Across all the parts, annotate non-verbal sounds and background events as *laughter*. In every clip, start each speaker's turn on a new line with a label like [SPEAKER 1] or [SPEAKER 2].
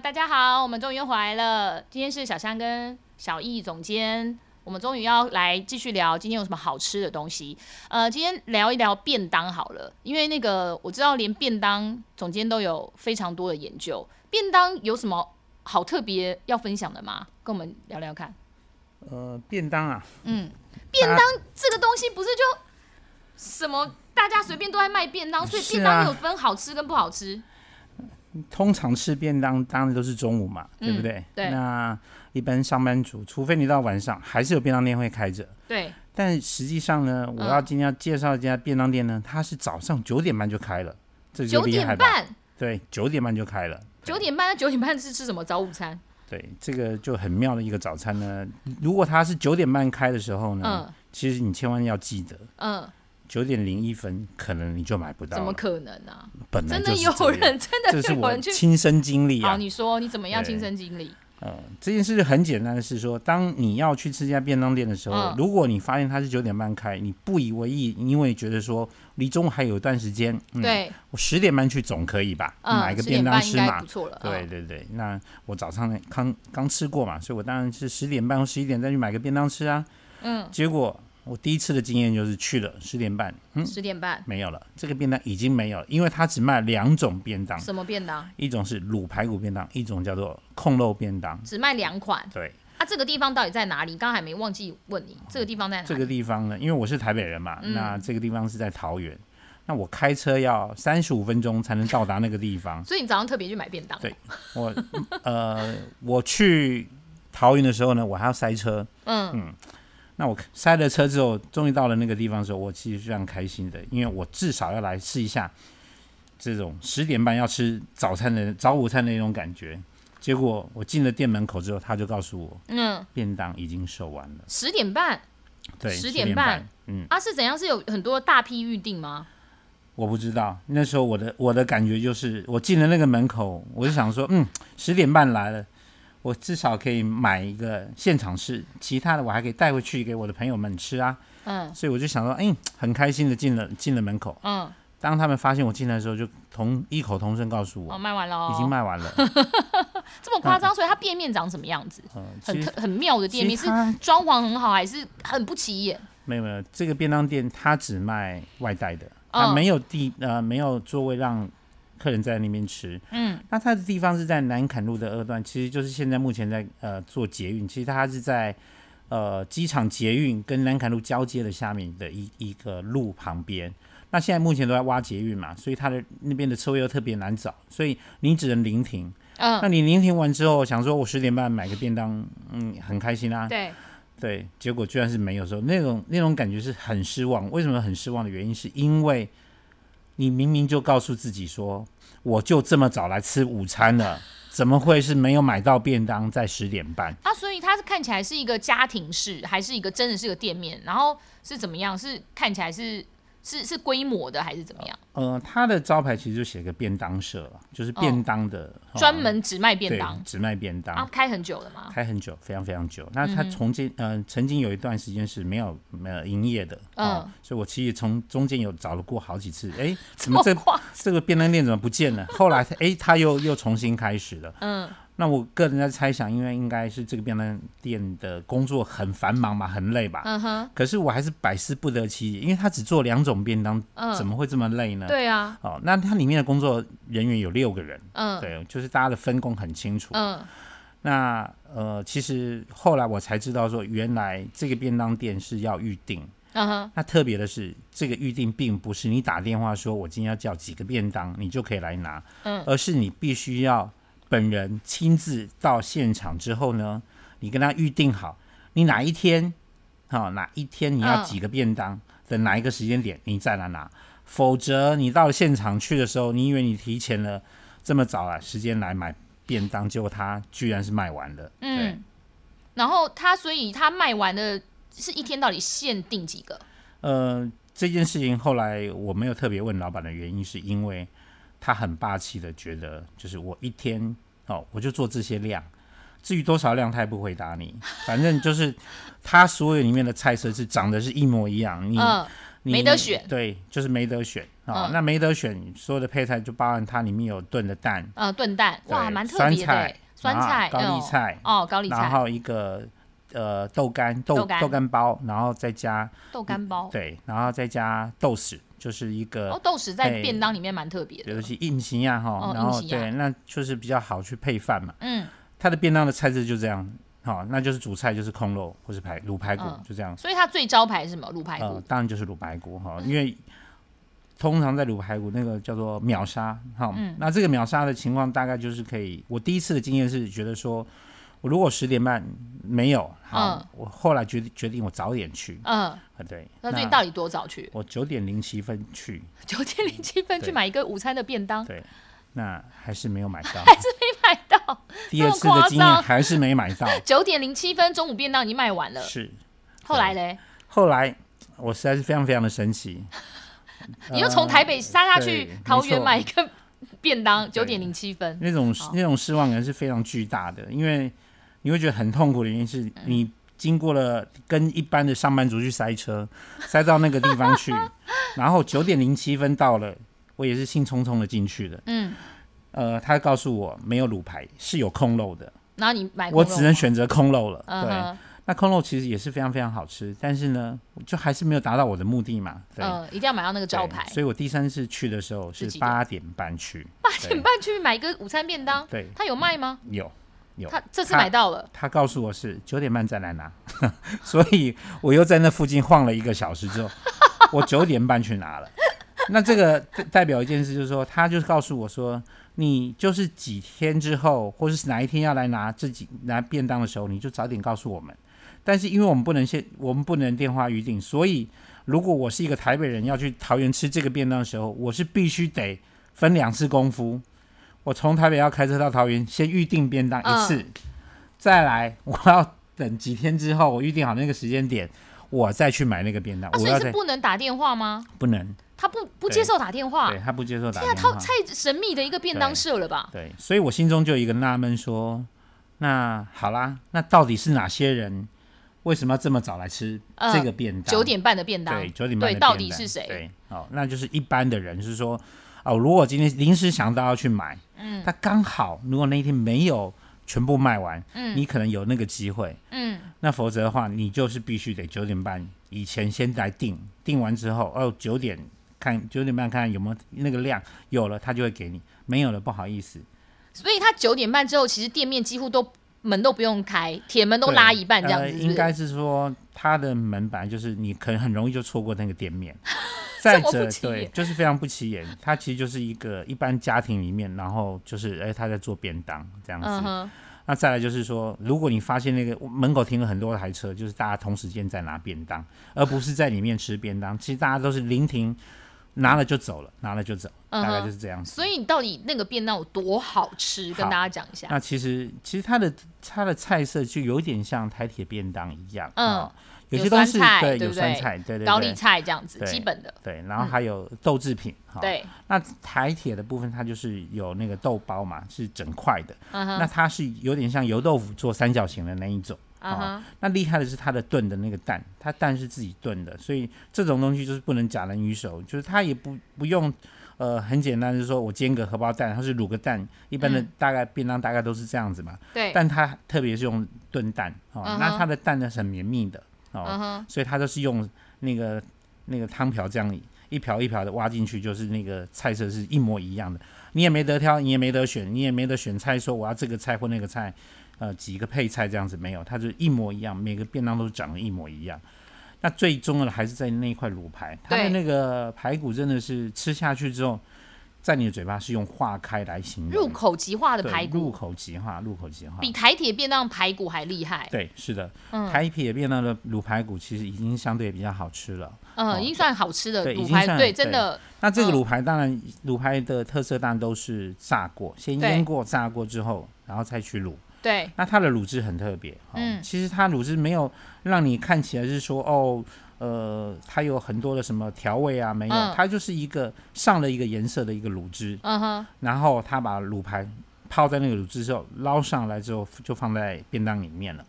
[SPEAKER 1] 大家好，我们终于又回来了。今天是小香跟小易总监，我们终于要来继续聊今天有什么好吃的东西。呃，今天聊一聊便当好了，因为那个我知道连便当总监都有非常多的研究。便当有什么好特别要分享的吗？跟我们聊聊看。
[SPEAKER 2] 呃，便当啊，
[SPEAKER 1] 嗯，便当这个东西不是就什么大家随便都在卖便当，所以
[SPEAKER 2] 是
[SPEAKER 1] 便当
[SPEAKER 2] 啊
[SPEAKER 1] 有分好吃跟不好吃。
[SPEAKER 2] 通常吃便当当然都是中午嘛，
[SPEAKER 1] 嗯
[SPEAKER 2] 对不对？
[SPEAKER 1] 对
[SPEAKER 2] 那一般上班族，除非你到晚上，还是有便当店会开着。
[SPEAKER 1] 对，
[SPEAKER 2] 但实际上
[SPEAKER 1] 嗯
[SPEAKER 2] 呢，我要今天要介绍一家便当店呢，它是早上九点半就开了，这就
[SPEAKER 1] 九
[SPEAKER 2] 厉害
[SPEAKER 1] 点
[SPEAKER 2] 吧？
[SPEAKER 1] 半，
[SPEAKER 2] 对，九点半就开了。
[SPEAKER 1] 九点半，那九点半是吃什么早午餐？
[SPEAKER 2] 对，这个就很妙的一个早餐呢。如果它是九点半开的时候呢，
[SPEAKER 1] 嗯
[SPEAKER 2] 其实你千万要记得，
[SPEAKER 1] 嗯，
[SPEAKER 2] 九点零一分可能你就买不
[SPEAKER 1] 怎
[SPEAKER 2] 到
[SPEAKER 1] 么
[SPEAKER 2] 了。
[SPEAKER 1] 可能呢、
[SPEAKER 2] 本来
[SPEAKER 1] 真
[SPEAKER 2] 就
[SPEAKER 1] 的
[SPEAKER 2] 是
[SPEAKER 1] 有
[SPEAKER 2] 这样，
[SPEAKER 1] 人，真
[SPEAKER 2] 这
[SPEAKER 1] 的
[SPEAKER 2] 是
[SPEAKER 1] 有
[SPEAKER 2] 我
[SPEAKER 1] 人去。
[SPEAKER 2] 亲身经历啊。
[SPEAKER 1] 好，你说你怎么样亲身经历？
[SPEAKER 2] 呃，这件事很简单的是说，当你要去吃一家便当店的时候，
[SPEAKER 1] 嗯
[SPEAKER 2] 如果你发现它是九点半开，你不以为意，因为觉得说离中午还有一段时间，嗯、，
[SPEAKER 1] 对，
[SPEAKER 2] 我十点半去总可以吧？
[SPEAKER 1] 嗯，
[SPEAKER 2] 买个
[SPEAKER 1] 10点
[SPEAKER 2] 便当
[SPEAKER 1] 半应
[SPEAKER 2] 吃
[SPEAKER 1] 该
[SPEAKER 2] 嘛
[SPEAKER 1] 不。错了。
[SPEAKER 2] 对
[SPEAKER 1] 嗯，
[SPEAKER 2] 对对，那我早上刚刚吃过嘛，所以我当然是十点半或十一点再去买个便当吃啊。
[SPEAKER 1] 嗯，
[SPEAKER 2] 结果我第一次的经验就是去了十点半，嗯，
[SPEAKER 1] 十点半
[SPEAKER 2] 没有了，这个便当已经没有了，因为它只卖两种便当，
[SPEAKER 1] 什么便当？
[SPEAKER 2] 一种是卤排骨便当，一种叫做控肉便当。
[SPEAKER 1] 只卖两款。
[SPEAKER 2] 对，
[SPEAKER 1] 啊，这个地方到底在哪里？刚刚还没忘记问你，这个地方在哪里？。
[SPEAKER 2] 这个地方呢，因为我是台北人嘛，那这个地方是在桃园，那我开车要三十五分钟才能到达那个地方
[SPEAKER 1] 所以你早上特别去买便当。
[SPEAKER 2] 对我呃，我去桃园的时候呢，我还要塞车。
[SPEAKER 1] 嗯，
[SPEAKER 2] 那我塞了车之后，终于到了那个地方的时候，我其实非常开心的，因为我至少要来试一下这种十点半要吃早餐的早午餐的那种感觉。结果我进了店门口之后，他就告诉我，
[SPEAKER 1] 嗯，
[SPEAKER 2] 便当已经售完了。
[SPEAKER 1] 十点半
[SPEAKER 2] 对，
[SPEAKER 1] 10
[SPEAKER 2] 10
[SPEAKER 1] 点
[SPEAKER 2] 点
[SPEAKER 1] 半，
[SPEAKER 2] 嗯。
[SPEAKER 1] 啊是怎样？是有很多大批预定吗？
[SPEAKER 2] 我不知道，那时候我的我的感觉就是，我进了那个门口，我就想说，嗯，十点半来了，我至少可以买一个现场吃，其他的我还可以带回去给我的朋友们吃啊。
[SPEAKER 1] 嗯
[SPEAKER 2] 所以我就想说，哎、很开心的进了进了门口。
[SPEAKER 1] 嗯，
[SPEAKER 2] 当他们发现我进来的时候，就同异口同声告诉
[SPEAKER 1] 哦，
[SPEAKER 2] 我，
[SPEAKER 1] 卖完了哦，
[SPEAKER 2] 已经卖完
[SPEAKER 1] *laughs*
[SPEAKER 2] 了。
[SPEAKER 1] 这么夸张，所以它店面长什么样子？
[SPEAKER 2] 嗯，
[SPEAKER 1] 很
[SPEAKER 2] 其实
[SPEAKER 1] 特很妙的店面
[SPEAKER 2] 其
[SPEAKER 1] 是
[SPEAKER 2] 实它
[SPEAKER 1] 装潢很好，还是很不起眼？
[SPEAKER 2] 没有没有，这个便当店它只卖外带的，
[SPEAKER 1] 哦
[SPEAKER 2] 它没有地呃没有座位让客人在那边吃。
[SPEAKER 1] 嗯，
[SPEAKER 2] 那它的地方是在南坎路的二段，其实就是现在目前在呃做捷运，其实它是在呃机场捷运跟南坎路交接的下面的一一个路旁边。那现在目前都在挖捷运嘛，所以它的那边的车位又特别难找，所以你只能临停。
[SPEAKER 1] 嗯，
[SPEAKER 2] 那你临停完之后，想说我十点半买个便当，嗯，很开心啊。
[SPEAKER 1] 对，
[SPEAKER 2] 对，结果居然是没有的时候，那种那种感觉是很失望。为什么很失望的原因，是因为你明明就告诉自己说，我就这么早来吃午餐了，怎么会是没有买到便当在十点半？
[SPEAKER 1] 啊，所以它是看起来是一个家庭式，还是一个真的是个店面？然后是怎么样？是看起来是是是规模的，还是怎么样？
[SPEAKER 2] *laughs* 呃，它的招牌其实就写个便当社了，就是
[SPEAKER 1] 哦
[SPEAKER 2] 便当的、哦
[SPEAKER 1] 专门只卖便
[SPEAKER 2] 对
[SPEAKER 1] 当嗯
[SPEAKER 2] 只卖便当。
[SPEAKER 1] 啊？开很久了吗？
[SPEAKER 2] 开很久，非常非常久。那它从这呃，曾经有一段时间是没有没有营业的，哦
[SPEAKER 1] 嗯
[SPEAKER 2] 所以我其实从中间有找了过好几次，
[SPEAKER 1] *laughs*
[SPEAKER 2] 哎， *laughs*
[SPEAKER 1] 这
[SPEAKER 2] 怎么
[SPEAKER 1] 么
[SPEAKER 2] 这 *laughs*
[SPEAKER 1] 夸
[SPEAKER 2] 这个便当店怎么不见了？后来它，哎，它又又重新开始了。
[SPEAKER 1] 嗯，
[SPEAKER 2] 那我个人在猜想，因为应该是这个便当店的工作很繁忙嘛，很累吧。
[SPEAKER 1] 嗯哼，
[SPEAKER 2] 可是我还是百思不得其解，因为他只做两种便当，
[SPEAKER 1] 嗯
[SPEAKER 2] 怎么会这么累呢？，
[SPEAKER 1] 对啊，
[SPEAKER 2] 哦，那它里面的工作人员有六个人，
[SPEAKER 1] 嗯
[SPEAKER 2] 对，就是大家的分工很清楚。
[SPEAKER 1] 嗯
[SPEAKER 2] 那呃，其实后来我才知道说，原来这个便当店是要预定。
[SPEAKER 1] 嗯哼，
[SPEAKER 2] 那特别的是，这个预定并不是你打电话说我今天要叫几个便当，你就可以来拿，
[SPEAKER 1] 嗯
[SPEAKER 2] 而是你必须要本人亲自到现场之后呢，你跟他预定好，你哪一天，好、哪一天你要
[SPEAKER 1] 嗯
[SPEAKER 2] 几个便当的哪一个时间点，你再来拿，否则你到现场去的时候，你以为你提前了这么早啊时间来买便当，结果他居然是卖完了，对。
[SPEAKER 1] 嗯。然后它，所以它卖完的是一天到底限定几个？
[SPEAKER 2] 呃，这件事情后来我没有特别问老板的原因，是因为他很霸气的觉得，就是我一天哦，我就做这些量，至于多少量，他也不回答你。反正就是他所有里面的菜色是长得是一模一样，你
[SPEAKER 1] 嗯
[SPEAKER 2] 你
[SPEAKER 1] 没得选
[SPEAKER 2] 对，就是没得选啊、
[SPEAKER 1] 嗯
[SPEAKER 2] 那没得选，所有的配菜就包含它里面有炖的蛋，
[SPEAKER 1] 呃，炖蛋，哇，
[SPEAKER 2] 对
[SPEAKER 1] 蛮特别的
[SPEAKER 2] 酸
[SPEAKER 1] 欸
[SPEAKER 2] 菜，啊
[SPEAKER 1] 酸菜、
[SPEAKER 2] 然后高丽
[SPEAKER 1] 哦
[SPEAKER 2] 菜
[SPEAKER 1] 哦，高丽
[SPEAKER 2] 然
[SPEAKER 1] 菜、
[SPEAKER 2] 后一个呃豆干豆
[SPEAKER 1] 豆干
[SPEAKER 2] 包，然后再加
[SPEAKER 1] 豆干包，
[SPEAKER 2] 对，然后再加豆豉，就是一个、
[SPEAKER 1] 哦哦，豆豉在
[SPEAKER 2] 哎
[SPEAKER 1] 便当里面蛮特别
[SPEAKER 2] 尤
[SPEAKER 1] 的，
[SPEAKER 2] 其硬形呀哈
[SPEAKER 1] 哦，
[SPEAKER 2] 然后
[SPEAKER 1] 硬形啊
[SPEAKER 2] 对，那就是比较好去配饭嘛。
[SPEAKER 1] 嗯，
[SPEAKER 2] 它的便当的菜式就这样，好、那就是主菜就是空肉或是排卤排骨，
[SPEAKER 1] 嗯
[SPEAKER 2] 就这样。
[SPEAKER 1] 所以它最招牌是什么？卤排
[SPEAKER 2] 呃
[SPEAKER 1] 骨，，嗯
[SPEAKER 2] 当然就是卤排骨哈，因为通常在卤排骨那个叫做秒杀哈，
[SPEAKER 1] 嗯
[SPEAKER 2] 那这个秒杀的情况大概就是可以，我第一次的经验是觉得说，我如果十点半没有，好，我后来决定决定我早点去，
[SPEAKER 1] 嗯，
[SPEAKER 2] 啊对，
[SPEAKER 1] 那所以到底多早
[SPEAKER 2] *laughs*
[SPEAKER 1] 去？
[SPEAKER 2] 我九点零七分去，
[SPEAKER 1] 九点零七分去
[SPEAKER 2] 对
[SPEAKER 1] 买一个午餐的便当， *laughs*
[SPEAKER 2] 对，那还是没有买到，
[SPEAKER 1] 买到
[SPEAKER 2] 第二
[SPEAKER 1] 这么
[SPEAKER 2] 次的经
[SPEAKER 1] 夸
[SPEAKER 2] 验
[SPEAKER 1] 张
[SPEAKER 2] 还是没
[SPEAKER 1] *laughs*
[SPEAKER 2] 买到，
[SPEAKER 1] 九点零七分中午便当已经卖完了，
[SPEAKER 2] 是，
[SPEAKER 1] 后来嘞，
[SPEAKER 2] 后来我实在是非常非常的神奇，
[SPEAKER 1] 你又从台北杀下
[SPEAKER 2] 呃对
[SPEAKER 1] 去
[SPEAKER 2] 没
[SPEAKER 1] 桃园
[SPEAKER 2] 错
[SPEAKER 1] 买一个便当，九
[SPEAKER 2] 对
[SPEAKER 1] 点零七分，*laughs*
[SPEAKER 2] 那种
[SPEAKER 1] 好
[SPEAKER 2] 那种失望感是非常巨大的，因为你会觉得很痛苦的原因
[SPEAKER 1] 嗯
[SPEAKER 2] 是你经过了跟一般的上班族去塞车，塞到那个地方
[SPEAKER 1] *laughs*
[SPEAKER 2] 去，然后九点零七分到了，我也是兴冲冲的进去的。
[SPEAKER 1] 嗯，
[SPEAKER 2] 呃，他告诉我没有卤排，是有空肉的，
[SPEAKER 1] 然后你买
[SPEAKER 2] 我
[SPEAKER 1] 空肉
[SPEAKER 2] 只能
[SPEAKER 1] 吗，
[SPEAKER 2] 选择空肉了。
[SPEAKER 1] 嗯
[SPEAKER 2] 对，
[SPEAKER 1] 哼，
[SPEAKER 2] 那空肉其实也是非常非常好吃，但是呢，就还是没有达到我的目的嘛。对，
[SPEAKER 1] 嗯，一定要买到那个招
[SPEAKER 2] 对
[SPEAKER 1] 牌，
[SPEAKER 2] 所以我第三次去的时候是
[SPEAKER 1] 自己的
[SPEAKER 2] 八点半去，
[SPEAKER 1] 八点半去买个午餐便当，
[SPEAKER 2] 对，
[SPEAKER 1] 他有卖吗？
[SPEAKER 2] 有有。
[SPEAKER 1] 他这次
[SPEAKER 2] 他
[SPEAKER 1] 买到了，
[SPEAKER 2] 他告诉我是九点半再来拿，所以我又在那附近晃了一个小时之后，我九点半去拿了。那这个代代表一件事，就是说，他就是告诉我说，你就是几天之后，或者是哪一天要来拿自己拿便当的时候，你就早点告诉我们。但是因为我们不能现，我们不能电话预定，所以如果我是一个台北人要去桃园吃这个便当的时候，我是必须得分两次功夫。我从台北要开车到桃园，先预定便当一次，再来我要等几天之后，我预定好那个时间点，我再去买那个便当。
[SPEAKER 1] 啊所
[SPEAKER 2] 我
[SPEAKER 1] 以
[SPEAKER 2] 要
[SPEAKER 1] 是
[SPEAKER 2] 再
[SPEAKER 1] 不能打电话吗？
[SPEAKER 2] 不能，
[SPEAKER 1] 他不不
[SPEAKER 2] 对
[SPEAKER 1] 接受打电话
[SPEAKER 2] 对，他不接受打
[SPEAKER 1] 天啊，
[SPEAKER 2] 电
[SPEAKER 1] 他
[SPEAKER 2] 话。
[SPEAKER 1] 太神秘的一个便当
[SPEAKER 2] 对
[SPEAKER 1] 社了吧？
[SPEAKER 2] 对，所以我心中就有一个纳闷说，那好啦，那到底是哪些人为什么要这么早来吃
[SPEAKER 1] 嗯
[SPEAKER 2] 这个便当？
[SPEAKER 1] 九点半的便当
[SPEAKER 2] 对，，九点半的
[SPEAKER 1] 对到
[SPEAKER 2] 便
[SPEAKER 1] 底
[SPEAKER 2] 当
[SPEAKER 1] 是谁
[SPEAKER 2] 对，哦，那就是一般的人，是说，哦，如果今天临时想到要去买，嗯，他刚好如果那一天没有全部卖完，嗯，你可能有那个机会，
[SPEAKER 1] 嗯，
[SPEAKER 2] 那否则的话，你就是必须得九点半以前先来订，订完之后，哦，九点看九点半看看有没有那个量，有了他就会给你，没有了不好意思，
[SPEAKER 1] 所以他九点半之后，其实店面几乎都门都不用开，铁门都
[SPEAKER 2] 对
[SPEAKER 1] 拉一半这样子
[SPEAKER 2] 呃
[SPEAKER 1] 是不是，
[SPEAKER 2] 应该是说他的门板就是你可能很容易就错过那个店
[SPEAKER 1] *laughs*
[SPEAKER 2] 面。
[SPEAKER 1] 这
[SPEAKER 2] 再
[SPEAKER 1] 么
[SPEAKER 2] 者
[SPEAKER 1] 不，起
[SPEAKER 2] 对，
[SPEAKER 1] 眼
[SPEAKER 2] 就是非常不起眼。他其实就是一个一般家庭里面，然后就是哎、他在做便当这样子。
[SPEAKER 1] 嗯哼，
[SPEAKER 2] 那再来就是说，如果你发现那个门口停了很多台车，就是大家同时间在拿便当，而不是在里面吃便当。其实大家都是临停，拿了就走了，拿了就走，
[SPEAKER 1] 嗯
[SPEAKER 2] 大概
[SPEAKER 1] 哼
[SPEAKER 2] 就是这样子。
[SPEAKER 1] 所以你到底那个便当有多好吃，跟
[SPEAKER 2] 好
[SPEAKER 1] 大家讲一下。
[SPEAKER 2] 那其实其实它的它的菜色就有点像台铁便当一样，
[SPEAKER 1] 嗯
[SPEAKER 2] 啊有
[SPEAKER 1] 有
[SPEAKER 2] 些东西
[SPEAKER 1] 酸菜
[SPEAKER 2] 对
[SPEAKER 1] 对
[SPEAKER 2] 有
[SPEAKER 1] 不
[SPEAKER 2] 酸
[SPEAKER 1] 对
[SPEAKER 2] 菜，对对
[SPEAKER 1] 高丽
[SPEAKER 2] 对
[SPEAKER 1] 菜这样子，
[SPEAKER 2] 对
[SPEAKER 1] 基本的，
[SPEAKER 2] 对，然后还有豆制品哈。
[SPEAKER 1] 对，
[SPEAKER 2] 那台铁的部分它就是有那个豆包嘛，是整块的，
[SPEAKER 1] 嗯哼，
[SPEAKER 2] 那它是有点像油豆腐做三角形的那一种。
[SPEAKER 1] 嗯哼，
[SPEAKER 2] 那厉害的是它的炖的那个蛋，它蛋是自己炖的，所以这种东西就是不能假人于手，就是它也不不用，呃，很简单，就是说我煎个荷包蛋，它是卤个蛋，一般的
[SPEAKER 1] 嗯
[SPEAKER 2] 大概便当大概都是这样子嘛，
[SPEAKER 1] 对，
[SPEAKER 2] 但它特别是用炖蛋哦，
[SPEAKER 1] 嗯哼
[SPEAKER 2] 那它的蛋呢是很绵密的哦，
[SPEAKER 1] 嗯哼，
[SPEAKER 2] 所以它都是用那个那个汤瓢这样一瓢一瓢的挖进去，就是那个菜色是一模一样的，你也没得挑，你也没得选，你也没得选菜说我要这个菜或那个菜，呃，几个配菜这样子没有，它就一模一样，每个便当都长得一模一样。那最重要的还是在那一块卤排，它的
[SPEAKER 1] 对
[SPEAKER 2] 那个排骨真的是吃下去之后，在你的嘴巴是用化开来形容
[SPEAKER 1] 入
[SPEAKER 2] 的，
[SPEAKER 1] 口即化的
[SPEAKER 2] 对
[SPEAKER 1] 排
[SPEAKER 2] 入
[SPEAKER 1] 骨，
[SPEAKER 2] 口即化，入口即化，
[SPEAKER 1] 比台铁便当排骨还厉害，
[SPEAKER 2] 对，是的，
[SPEAKER 1] 嗯
[SPEAKER 2] 台铁便当的卤排骨其实已经相对比较好吃了。
[SPEAKER 1] 嗯，
[SPEAKER 2] 哦
[SPEAKER 1] 已经算好吃的
[SPEAKER 2] 对已
[SPEAKER 1] 卤
[SPEAKER 2] 经
[SPEAKER 1] 排，
[SPEAKER 2] 算
[SPEAKER 1] 对，
[SPEAKER 2] 对
[SPEAKER 1] 真的，
[SPEAKER 2] 那这
[SPEAKER 1] 嗯
[SPEAKER 2] 个卤排当然，卤排的特色当然都是炸过，先
[SPEAKER 1] 对
[SPEAKER 2] 腌过、炸过之后，然后再去卤。
[SPEAKER 1] 对，
[SPEAKER 2] 那它的卤汁很特别，哦、
[SPEAKER 1] 嗯
[SPEAKER 2] 其实它卤汁没有让你看起来是说哦，呃，它有很多的什么调味啊，没有，
[SPEAKER 1] 嗯
[SPEAKER 2] 它就是一个上了一个颜色的一个卤汁，
[SPEAKER 1] 嗯哼，
[SPEAKER 2] 然后他把卤排泡在那个卤汁之后捞上来之后，就放在便当里面了。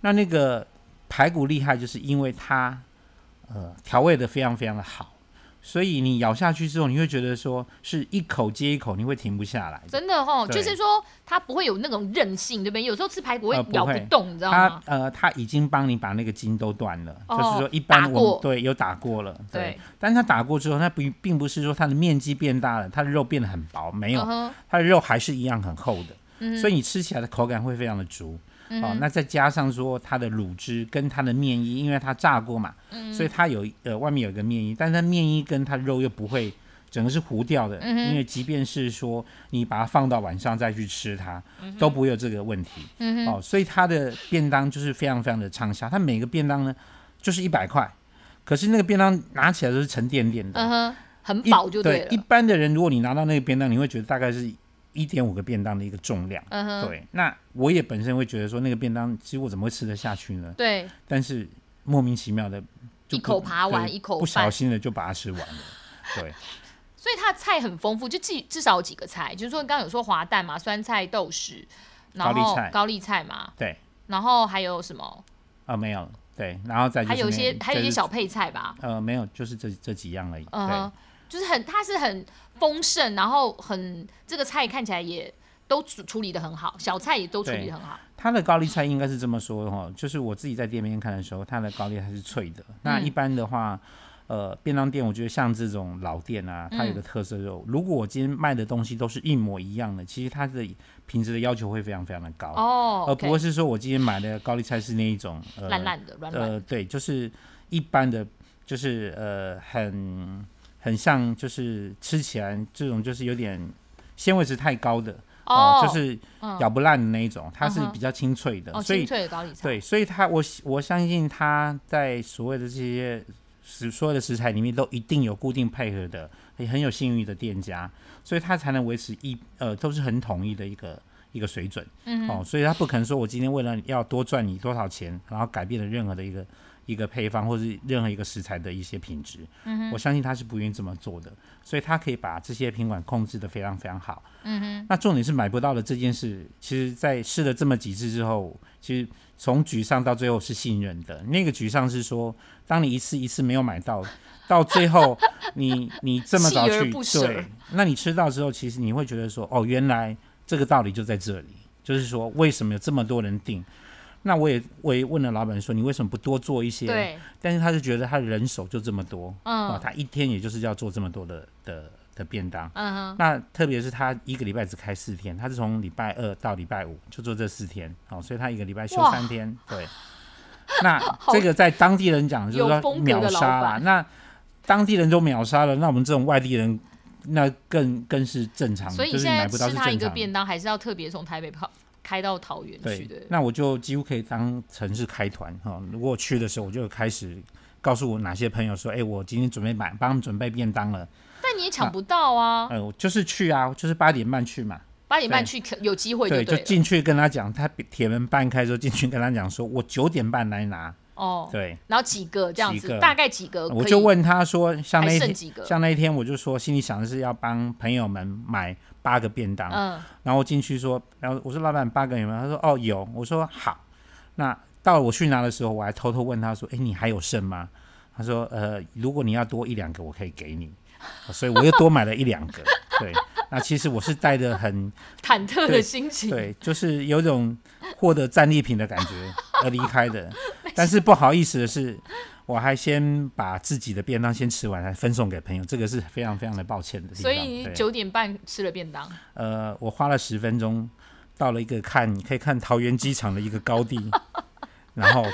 [SPEAKER 2] 那那个排骨厉害，就是因为它呃调味的非常非常的好，所以你咬下去之后，你会觉得说是一口接一口，你会停不下来的。
[SPEAKER 1] 真的哦，
[SPEAKER 2] 对
[SPEAKER 1] 就是说它不会有那种韧性，对不对？有时候吃排骨会
[SPEAKER 2] 呃不
[SPEAKER 1] 咬
[SPEAKER 2] 会
[SPEAKER 1] 不动，你知道
[SPEAKER 2] 它
[SPEAKER 1] 吗？
[SPEAKER 2] 呃，它已经帮你把那个筋都断了，
[SPEAKER 1] 哦
[SPEAKER 2] 就是说一
[SPEAKER 1] 打
[SPEAKER 2] 般我
[SPEAKER 1] 过
[SPEAKER 2] 们对有打过了，对。
[SPEAKER 1] 对
[SPEAKER 2] 但是它打过之后，它并并不是说它的面积变大了，它的肉变得很薄，没有，
[SPEAKER 1] 嗯哼，
[SPEAKER 2] 它的肉还是一样很厚的，
[SPEAKER 1] 嗯
[SPEAKER 2] 所以你吃起来的口感会非常的足。哦，那再加上说它的卤汁跟它的面衣，因为它炸过嘛，所以它有呃外面有一个面衣，但是它面衣跟它肉又不会整个是糊掉的，因为即便是说你把它放到晚上再去吃它，都不会有这个问题。哦，所以它的便当就是非常非常的畅销，它每个便当呢就是一百块，可是那个便当拿起来都是沉甸甸的，
[SPEAKER 1] 嗯哼，很
[SPEAKER 2] 一
[SPEAKER 1] 饱就
[SPEAKER 2] 对
[SPEAKER 1] 了
[SPEAKER 2] 一。般的人，如果你拿到那个便当，你会觉得大概是一点五个便当的一个重量。
[SPEAKER 1] 嗯哼，
[SPEAKER 2] 对，那我也本身会觉得说那个便当，其实我怎么会吃得下去呢？
[SPEAKER 1] 对，
[SPEAKER 2] 但是莫名其妙的就
[SPEAKER 1] 一
[SPEAKER 2] 不
[SPEAKER 1] 口扒完
[SPEAKER 2] 对
[SPEAKER 1] 一口
[SPEAKER 2] 不小
[SPEAKER 1] 饭
[SPEAKER 2] 心的就把它吃完了。对，
[SPEAKER 1] 所以它的菜很丰富，就至至少有几个菜，就是说刚刚有说滑蛋嘛，酸菜豆豉，然
[SPEAKER 2] 高
[SPEAKER 1] 后
[SPEAKER 2] 丽菜
[SPEAKER 1] 高丽菜嘛，
[SPEAKER 2] 对，
[SPEAKER 1] 然后还有什么？
[SPEAKER 2] 啊没有了，对，然后再就是
[SPEAKER 1] 还有一些
[SPEAKER 2] 那
[SPEAKER 1] 还有一些
[SPEAKER 2] 就是
[SPEAKER 1] 小配菜吧，
[SPEAKER 2] 呃没有，就是这这几样而已。
[SPEAKER 1] 嗯
[SPEAKER 2] 对
[SPEAKER 1] 哼，，就是很它是很丰盛，然后很这个菜看起来也都处处理的很好，小菜也都处理的很好，
[SPEAKER 2] 它的高丽菜应该是这么说哈，就是我自己在店面看的时候，它的高丽菜是脆的。那
[SPEAKER 1] 嗯
[SPEAKER 2] 一般的话，呃，便当店我觉得像这种老店啊，
[SPEAKER 1] 嗯
[SPEAKER 2] 它有个特色肉，如果我今天卖的东西都是一模一样的，其实它的品质的要求会非常非常的高，
[SPEAKER 1] 哦，
[SPEAKER 2] 而不会
[SPEAKER 1] OK，
[SPEAKER 2] 是说我今天买的高丽菜是那一种呃
[SPEAKER 1] 烂烂的软软的，
[SPEAKER 2] 呃，对，就是一般的，就是呃，很很像，就是吃起来这种就是有点纤维值太高的哦、就是咬不烂的那一种，它是
[SPEAKER 1] 嗯嗯哼
[SPEAKER 2] 比较清脆的，
[SPEAKER 1] 哦
[SPEAKER 2] 所
[SPEAKER 1] 清
[SPEAKER 2] 以
[SPEAKER 1] 脆的高丽菜，
[SPEAKER 2] 对，所以它我我相信它在所谓的这些食所有的食材里面都一定有固定配合的，也很有信誉的店家，所以它才能维持一呃都是很统一的一个。一个水准，嗯，哦，所以它不可能说我今天为了要多赚你多少钱，然后改变了任何的一个一个配方或是任何一个食材的一些品质，嗯我相信他是不愿意这么做的，所以他可以把这些品管控制的非常非常好，嗯哼。那重点是买不到的这件事，其实在试了这么几次之后，其实从沮丧到最后是信任的。那个沮丧是说，当你一次一次没有买到，到最后
[SPEAKER 1] *laughs*
[SPEAKER 2] 你你这么早
[SPEAKER 1] 锲而
[SPEAKER 2] 去
[SPEAKER 1] 不舍
[SPEAKER 2] 对，那你吃到之后，其实你会觉得说，哦，原来这个道理就在这里，就是说为什么有这么多人订。那我也我也问了老板说，你为什么不多做一些？
[SPEAKER 1] 对，
[SPEAKER 2] 但是他就觉得他人手就这么多，
[SPEAKER 1] 嗯
[SPEAKER 2] 啊，他一天也就是要做这么多的的的便当。
[SPEAKER 1] 嗯哼，
[SPEAKER 2] 那特别是他一个礼拜只开四天，他是从礼拜二到礼拜五就做这四天，哦，所以他一个礼拜休
[SPEAKER 1] 哇
[SPEAKER 2] 三天，对。那这个在当地人讲就是
[SPEAKER 1] 有
[SPEAKER 2] 说
[SPEAKER 1] 风格的
[SPEAKER 2] 秒
[SPEAKER 1] 老
[SPEAKER 2] 杀啦，
[SPEAKER 1] 板
[SPEAKER 2] 那当地人都秒杀了，那我们这种外地人那更更是正常的，
[SPEAKER 1] 所以
[SPEAKER 2] 就
[SPEAKER 1] 你
[SPEAKER 2] 是
[SPEAKER 1] 现
[SPEAKER 2] 你买
[SPEAKER 1] 在
[SPEAKER 2] 不到
[SPEAKER 1] 吃
[SPEAKER 2] 是
[SPEAKER 1] 它一
[SPEAKER 2] 正
[SPEAKER 1] 个
[SPEAKER 2] 常的。
[SPEAKER 1] 便当，还是要特别从台北跑开到桃园去
[SPEAKER 2] 对
[SPEAKER 1] 的，，
[SPEAKER 2] 那我就几乎可以当成是开团哈、如果我去的时候，我就开始告诉我哪些朋友说，哎、我今天准备买，帮他们准备便当了。
[SPEAKER 1] 但你也抢不到啊，
[SPEAKER 2] 呃，我就是去啊，就是八点半去嘛。
[SPEAKER 1] 八点半
[SPEAKER 2] 对
[SPEAKER 1] 去可有机会
[SPEAKER 2] 对，
[SPEAKER 1] 对
[SPEAKER 2] 就
[SPEAKER 1] 了，
[SPEAKER 2] 进去跟他讲，他铁门半开之后进去跟他讲说，我九点半来拿。
[SPEAKER 1] 哦，
[SPEAKER 2] 对，
[SPEAKER 1] 然后几个这样
[SPEAKER 2] 几
[SPEAKER 1] 子，
[SPEAKER 2] 个
[SPEAKER 1] 大概几个可以，
[SPEAKER 2] 我就问他说，像那
[SPEAKER 1] 还
[SPEAKER 2] 一
[SPEAKER 1] 剩
[SPEAKER 2] 天，
[SPEAKER 1] 几个，
[SPEAKER 2] 像那一天我就说，心里想的是要帮朋友们买八个便当，
[SPEAKER 1] 嗯，
[SPEAKER 2] 然后进去说，然后我说老板八个有没有？他说哦有。我说好，那到我去拿的时候，我还偷偷问他说，哎，你还有剩吗？他说呃，如果你要多一两个，我可以给你。哦所以我又多买了一两个。 *laughs* 对，那其实我是带
[SPEAKER 1] *laughs*
[SPEAKER 2] 着很
[SPEAKER 1] 忐忑的
[SPEAKER 2] 对
[SPEAKER 1] 心情，
[SPEAKER 2] 对，就是有种获得战利品的感觉而离
[SPEAKER 1] *laughs*
[SPEAKER 2] 开的。但是不好意思的是，我还先把自己的便当先吃完，还分送给朋友，这个是非常非常的抱歉的地方。
[SPEAKER 1] 所以你
[SPEAKER 2] 对
[SPEAKER 1] 九点半吃了便当，
[SPEAKER 2] 呃，我花了十分钟到了一个看可以看桃园机场的一个高地，然后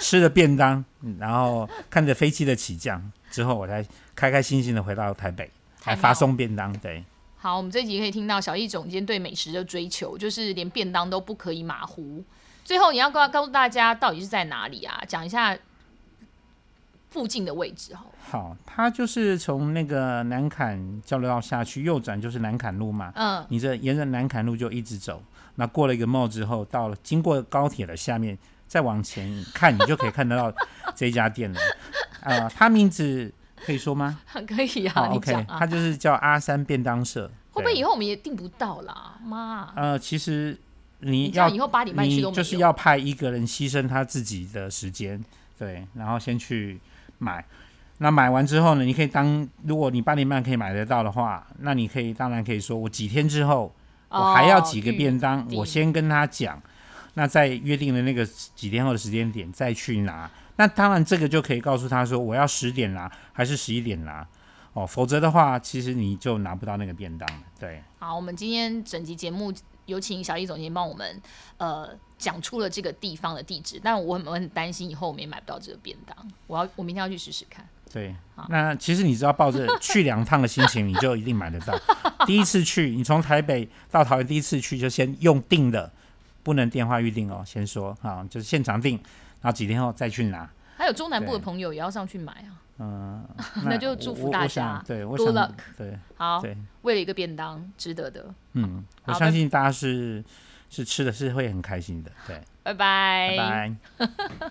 [SPEAKER 2] 吃了便当，嗯然后看着飞机的起降之后，我才开开心心的回到台北，
[SPEAKER 1] 太
[SPEAKER 2] 还
[SPEAKER 1] 妙
[SPEAKER 2] 发
[SPEAKER 1] 了
[SPEAKER 2] 送便当。对，
[SPEAKER 1] 好，我们这集可以听到小易总监对美食的追求，就是连便当都不可以马虎。最后，你要告告诉大家到底是在哪里啊？讲一下附近的位置哈。
[SPEAKER 2] 好，它就是从那个南坎交流道下去，右转就是南坎路嘛。
[SPEAKER 1] 嗯， *laughs*
[SPEAKER 2] 你这沿着南坎路就一直走，那过了一个 mall 之后，到了经过高铁的下面，再往前看，你就可以看得到这家店了。啊，它名字可以说吗？
[SPEAKER 1] 可以啊，
[SPEAKER 2] 好
[SPEAKER 1] 你
[SPEAKER 2] o k
[SPEAKER 1] 讲啊。
[SPEAKER 2] 它就是叫阿三便当社。
[SPEAKER 1] 会不会
[SPEAKER 2] 对
[SPEAKER 1] 以后我们也订不到啦？妈，
[SPEAKER 2] 呃，其实
[SPEAKER 1] 你
[SPEAKER 2] 你
[SPEAKER 1] 这样
[SPEAKER 2] 要
[SPEAKER 1] 以后八点半去
[SPEAKER 2] 你
[SPEAKER 1] 都没
[SPEAKER 2] 就是
[SPEAKER 1] 有。
[SPEAKER 2] 要派一个人牺牲他自己的时间，对，然后先去买。那买完之后呢，你可以当如果你八点半可以买得到的话，那你可以当然可以说，我几天之后我还要几
[SPEAKER 1] 哦
[SPEAKER 2] 个便当，
[SPEAKER 1] 定
[SPEAKER 2] 我先跟他讲，那在约定的那个几天后的时间点再去拿。那当然这个就可以告诉他说，我要十点拿还是十一点拿哦，否则的话，其实你就拿不到那个便当了。对，
[SPEAKER 1] 好，我们今天整集节目有请小易总监帮我们呃讲出了这个地方的地址，但我很我很担心以后我们也买不到这个便当，我要我明天要去试试看。
[SPEAKER 2] 对，那其实你只要抱着去两趟的心情，你就一定买得到。 *laughs* 第一次去，你从台北到桃园，第一次去就先用订的，不能电话预定哦，先说啊，就是现场订，然后几天后再去拿。
[SPEAKER 1] 还有中南部的
[SPEAKER 2] 对
[SPEAKER 1] 朋友也要上去买啊。
[SPEAKER 2] 嗯，
[SPEAKER 1] *laughs* 那就祝福
[SPEAKER 2] 我我
[SPEAKER 1] 大
[SPEAKER 2] 我
[SPEAKER 1] 家
[SPEAKER 2] 想对，我
[SPEAKER 1] Good
[SPEAKER 2] 想
[SPEAKER 1] luck
[SPEAKER 2] 对
[SPEAKER 1] 好，
[SPEAKER 2] 对，
[SPEAKER 1] 啊为了一个便当，值得的。
[SPEAKER 2] 嗯，我
[SPEAKER 1] 好
[SPEAKER 2] 相信
[SPEAKER 1] 哎
[SPEAKER 2] 大家是是吃的是会很开心的。对，
[SPEAKER 1] 拜拜
[SPEAKER 2] 拜拜。